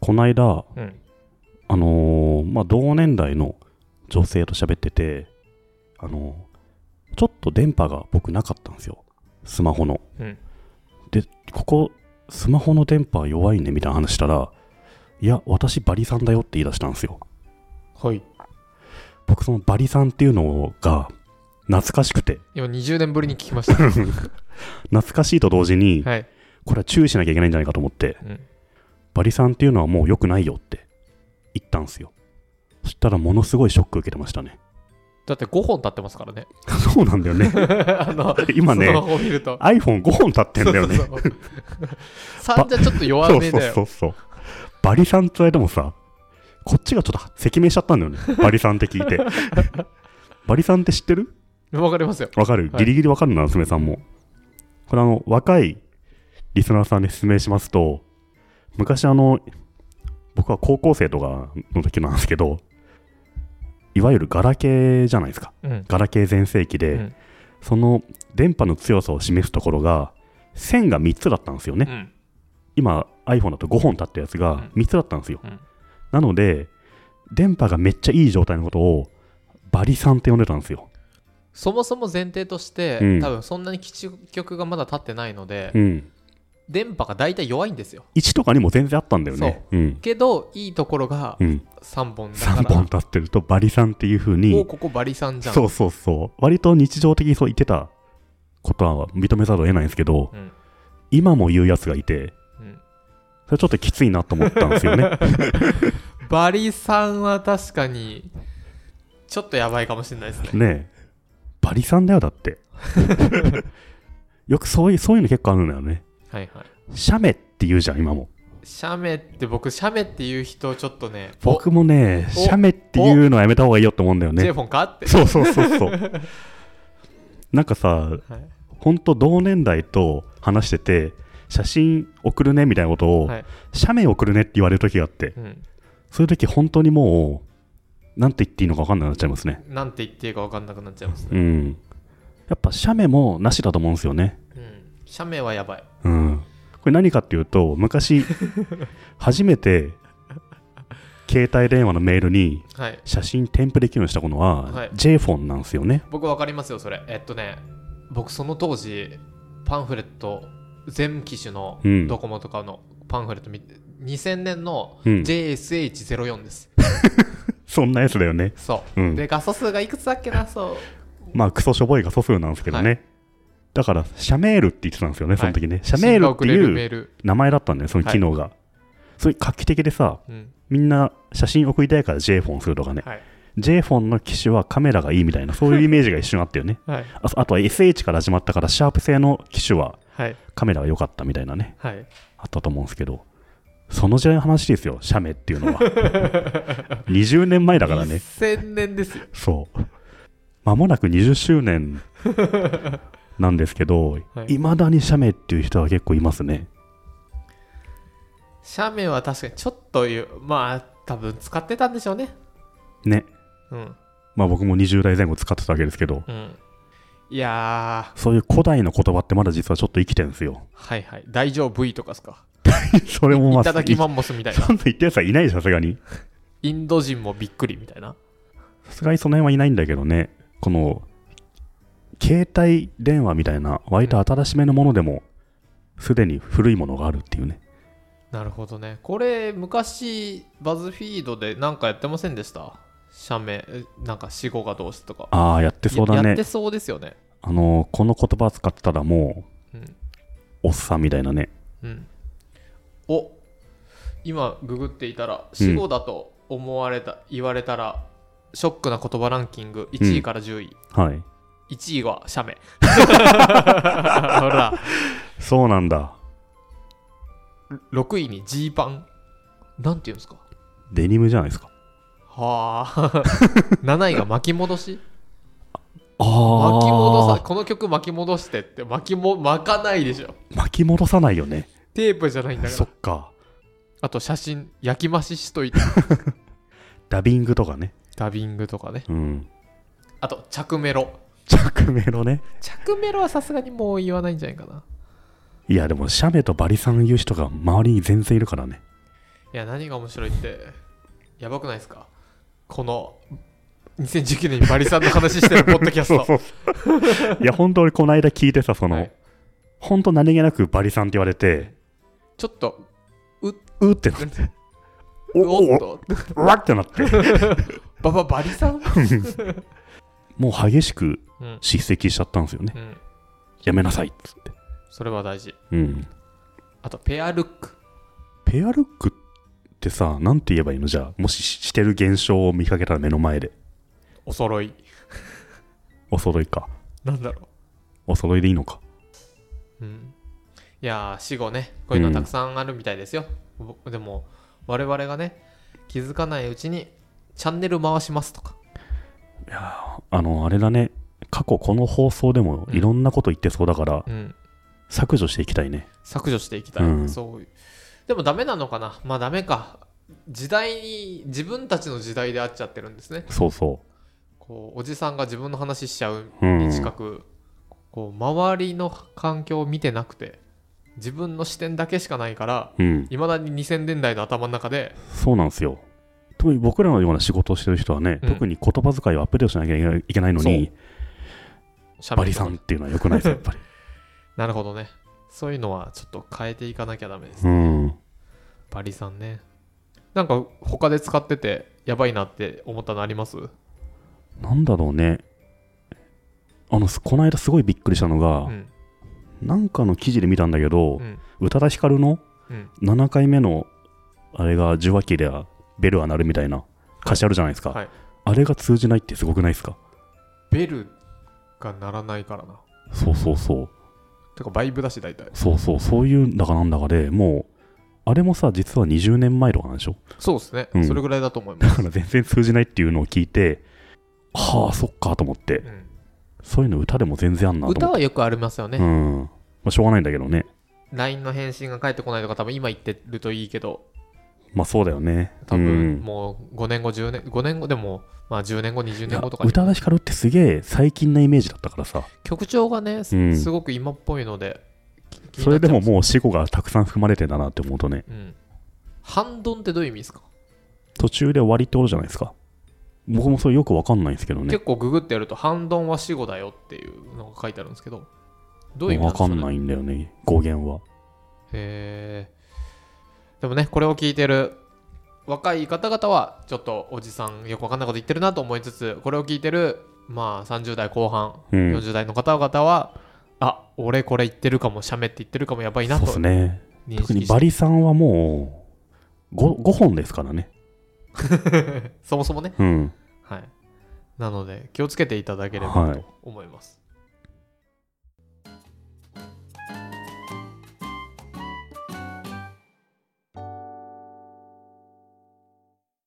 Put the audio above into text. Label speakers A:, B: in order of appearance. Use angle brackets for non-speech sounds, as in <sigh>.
A: こないだ、
B: うん
A: あのーまあ、同年代の女性と喋ってて、あのーちょっと電波が僕なかったんですよ、スマホの。
B: うん
A: で、ここ、スマホの電波弱いねみたいな話したら、いや、私、バリさんだよって言い出したんですよ。
B: はい
A: 僕、そのバリさんっていうのが懐かしくて、
B: 今20年ぶりに聞きました
A: <laughs> 懐かしいと同時に、
B: はい、
A: これは注意しなきゃいけないんじゃないかと思って、
B: うん、
A: バリさんっていうのはもう良くないよって言ったんですよ。そしたらものすごいショック受けてましたね。
B: だって5本経ってますから
A: <laughs>
B: ね
A: そうなんだよね。
B: あの
A: 今ね
B: スマホを見ると
A: iPhone5 本立ってんだよね。
B: そう
A: <laughs>
B: そうそう3じゃちょっと弱めだよ
A: そうそうそう。バリさんって言われてもさ、こっちがちょっと赤面しちゃったんだよね。バリさんって聞いて。 <laughs> バリさんって知ってる
B: わかりますよ
A: わかる
B: は
A: ギ
B: い
A: リギリわかるな、娘さんも。これあの、若いリスナーさんに説明しますと、昔あの、僕は高校生とかの時なんですけど、いわゆるガラケーじゃないですか。
B: うん
A: ガラケー全盛期で、
B: うん
A: その電波の強さを示すところが、線が3つだったんですよね。
B: うん
A: 今 iPhone だと5本立ったやつ
B: う
A: が
B: ん
A: 3つだったんですよ、
B: うん
A: なので電波がめっちゃいい状態のことをバリさんって呼んでたんですよ、
B: そもそも前提として、
A: うん
B: 多分そんなに基地局がまだ立ってないので、
A: うん、
B: 電波が大体弱いんですよ
A: 1とかにも全然あったんだよねうん、
B: けどいいところが
A: うん、
B: 3本だから、
A: 3本立ってるとバリさんっていう風
B: お
A: に
B: ここバリさんじゃん
A: そうそうそう割と日常的にそう言ってたことは認めざるを得ないんですけど
B: うん
A: 今も言うやつがいて
B: うん
A: それちょっときついなと思ったんですよ
B: <laughs>
A: ね
B: バリさんは確かにちょっとやばいかもしれないですね
A: ねえバリさんだよだって
B: <laughs>
A: よくそういうそういうの結構あるんだよね
B: はいはい
A: シャメって言うじゃん今も
B: シャメって僕シャメっていう人ちょっとね
A: 僕もね、
B: お
A: シャメっていうのはやめた方がいいよって思うんだよ
B: ジェ
A: ね。
B: フォンかって、
A: そうそうそうそう。 <laughs> なんかさ、
B: はい
A: ほんと同年代と話してて、写真送るねみたいなことを、
B: はい
A: 写メ送るねって言われる時があって、
B: うん、
A: そういう時本当にもう、なんて言っていいのか分かんなくなっちゃいますね。
B: なんて言っていいか分かんなくなっちゃいますね、
A: うん。やっぱ写メもなしだと思うんですよね。
B: うん、シャメはやばい
A: うん。これ何かっていうと、
B: <laughs>
A: 昔、初めて、携帯電話のメールに、
B: はい
A: 写真添付できるようにしたものは、
B: はい
A: J フォンなんですよね。
B: 僕分かりますよそれえっとね僕その当時パンフレット全機種の
A: うん
B: ドコモとかのパンフレット見て2000年の
A: うん
B: JSH04 です、
A: そんなやつだよね。
B: そう、
A: うん
B: で画素数がいくつだっけなそう
A: まあ、クソしょぼいが素数なんですけどね。
B: は
A: だから、シャメールって言ってたんですよね、その時ね。シャメー
B: 信
A: ル
B: 号
A: って
B: 送れるメ
A: いう
B: ール、
A: 名前だったんだよ、その機能が。それ画期的でさ、
B: うん
A: みんな写真送りたいから J フォンするとかね。
B: はい
A: J フォンの機種はカメラがいいみたいな、そういうイメージが一瞬あったよね。
B: はい
A: ああとは SH から始まったから、シャープ製の機種は
B: はい
A: カメラが良かったみたいなね。
B: はい
A: あったと思うんですけど、その時代の話ですよ、写メっていうのは。20年
B: <laughs>
A: 前だからね、
B: 1000年ですよ
A: そう。まもなく20周年なんですけど、
B: はい
A: いまだに写メっていう人は結構いますね。
B: 写メは確かにちょっというまあ多分使ってたんでしょうね
A: ね。
B: うん
A: まあ僕も20代前後使ってたわけですけど、
B: うんいやー
A: そういう古代の言葉ってまだ実はちょっと生きてるんです
B: <laughs>
A: よ。
B: はいはい大丈夫とかですか
A: それもまあ、
B: いただきマンモスみたいな
A: そんな言ったやつはいないさすがに。
B: インド人もびっくりみたいな
A: さすがにその辺はいないんだけどね、この、携帯電話みたいな、割と新しめのものでも、すでに古いものがあるっていうね。
B: なるほどねこれ昔バズフィードでなんかやってませんでした社名えなんか死語がどうしてとか
A: ああ、やってそうだ
B: やや
A: ね
B: って。そうですよね
A: あのー、この言葉使ってたらも
B: うん
A: う、おっさんみたいなね。
B: うんお今ググっていたら死語だと思われた、言われたらショックな言葉ランキング1位から10位、
A: はい。
B: 1位は社名ほら
A: そうなんだ。
B: 6位にジーパンなんていうんですか
A: デニムじゃないですか。
B: はあ7位が巻き戻し
A: あ
B: 巻き戻さ
A: あ、
B: この曲巻き戻してって巻きも巻かないでしょ
A: 巻き戻さないよね。
B: テープじゃないんだか
A: そ
B: ら
A: っか。
B: あと写真焼き増ししといて
A: ダビングとかね。
B: ダビングとかね
A: うん。
B: あと着メロ
A: 着メロね。
B: 着メロはさすがにもう言わないんじゃないかない
A: や、でも、写メとバリさん言う人が周りに全然いるからね。
B: いや何が面白いってやばくないですかこの2019年にバリさんの話してるポッドキ <laughs> ャスト
A: そうそう。いや、本当俺この間聞いてさ、その、
B: はい
A: 本当何気なくバリさんって言われて、
B: ちょっと
A: うってなって、お
B: おっ
A: お
B: と
A: おわってなって、
B: バババリさん、
A: もう激しく
B: うん
A: 叱責しちゃったんですよね。
B: うん、
A: やめなさいっつって。
B: それは大事
A: うん。
B: あとペアルック
A: ペアルックってさ、なんて言えばいいのじゃあ、もしししてる現象を見かけたら目の前で。
B: お揃い
A: お揃いか。
B: なんだろ
A: お揃いでいいのか。
B: う、うん、いやー死後ねこういうのたくさんあるみたいですよ、ぼでも我々がね気づかないうちにチャンネル回しますとか
A: あの、あれだね。過去この放送でもいろんなこと言ってそうだから、
B: うん
A: 削除していきたいね。
B: 削除していきたい、
A: うん
B: そういうでもダメなのかなまあダメか時代に自分たちの時代であっちゃってるんですね
A: そうそ
B: こうおじさんが自分の話しちゃう
A: う。うん。
B: に近く、こう周りの環境を見てなくて自分の視点だけしかないから
A: うん。
B: いまだに2000年代の頭の中で
A: そうなんですよ。特に僕らのような仕事をしてる人はね、
B: うん
A: 特に言葉遣いをアップデートしなきゃいけないのに、
B: しゃ
A: バ
B: べ
A: リ
B: り
A: さんっていうのは良くないですよ、やっぱ
B: <laughs>
A: り。
B: なるほどねそういうのはちょっと変えていかなきゃダメです
A: うん。
B: バリさんねなんか他で使っててやばいなって思ったのあります
A: なんだろうね。あの、すこの間すごいびっくりしたの
B: う
A: が、
B: ん
A: なんかの記事で見たんだけど
B: う、ん
A: 宇多田ヒカルの
B: うん
A: 7回目の、あれが受話器ではベルは鳴るみたいな歌詞あるじゃないですか。
B: はい
A: あれが通じないってすごくないですか
B: ベルが鳴らないからな。
A: そうそうそう。
B: てか、バイブだし、大体。
A: そうそう、そういうんだかなんだかでもう、あれもさ、実は20年前とかなんでしょ
B: そうですね、
A: うん
B: それぐらいだと思いま
A: だ
B: す。
A: から全然通じないっていうのを聞いて、はあ、そっかと思って、
B: うん
A: そういうの歌でも全然あんなと思って。
B: 歌はよくありますよね。
A: うん。まあ、しょうがないんだけどね。
B: LINE の返信が返ってこないとか、多分今言ってるといいけど、
A: まあそうだよね。
B: 多
A: うん、
B: 分もう5年後、10年、5年後でも、まあ10年後、20
A: い
B: 年
A: や
B: 後とか
A: 宇
B: に
A: 多田ヒカルってすげえ最近なイメージだったからさ、
B: 曲調がね、す
A: うん
B: すごく今っぽいので、き
A: それでも、
B: 気になっちゃい
A: もう死後がたくさん含まれてんだなって思うとね、
B: ますうん。反論ってどういう意味ですか、
A: 途中で終わりってことじゃないですか。僕もそれよくわかんないんですけどね。
B: 結構ググってやると、反論は死語だよっていうのが書いてあるんですけど、どういう意味
A: わ
B: なんで
A: か
B: すかね
A: んないんだよね、語源は。
B: へーでもねこれを聞いてる若い方々はちょっとおじさんよくわかんないこと言ってるなと思いつつこれを聞いてるまあ30代後半、
A: うん。
B: 40代の方々はあ俺これ言ってるかもしゃめって言ってるかもやばいな
A: そう
B: と
A: ですね。
B: 認
A: 特に
B: 識して
A: バリさんはもう 5, 5本ですからね。
B: <laughs> そもそもね
A: うん。
B: はいなので気をつけていただければと思います、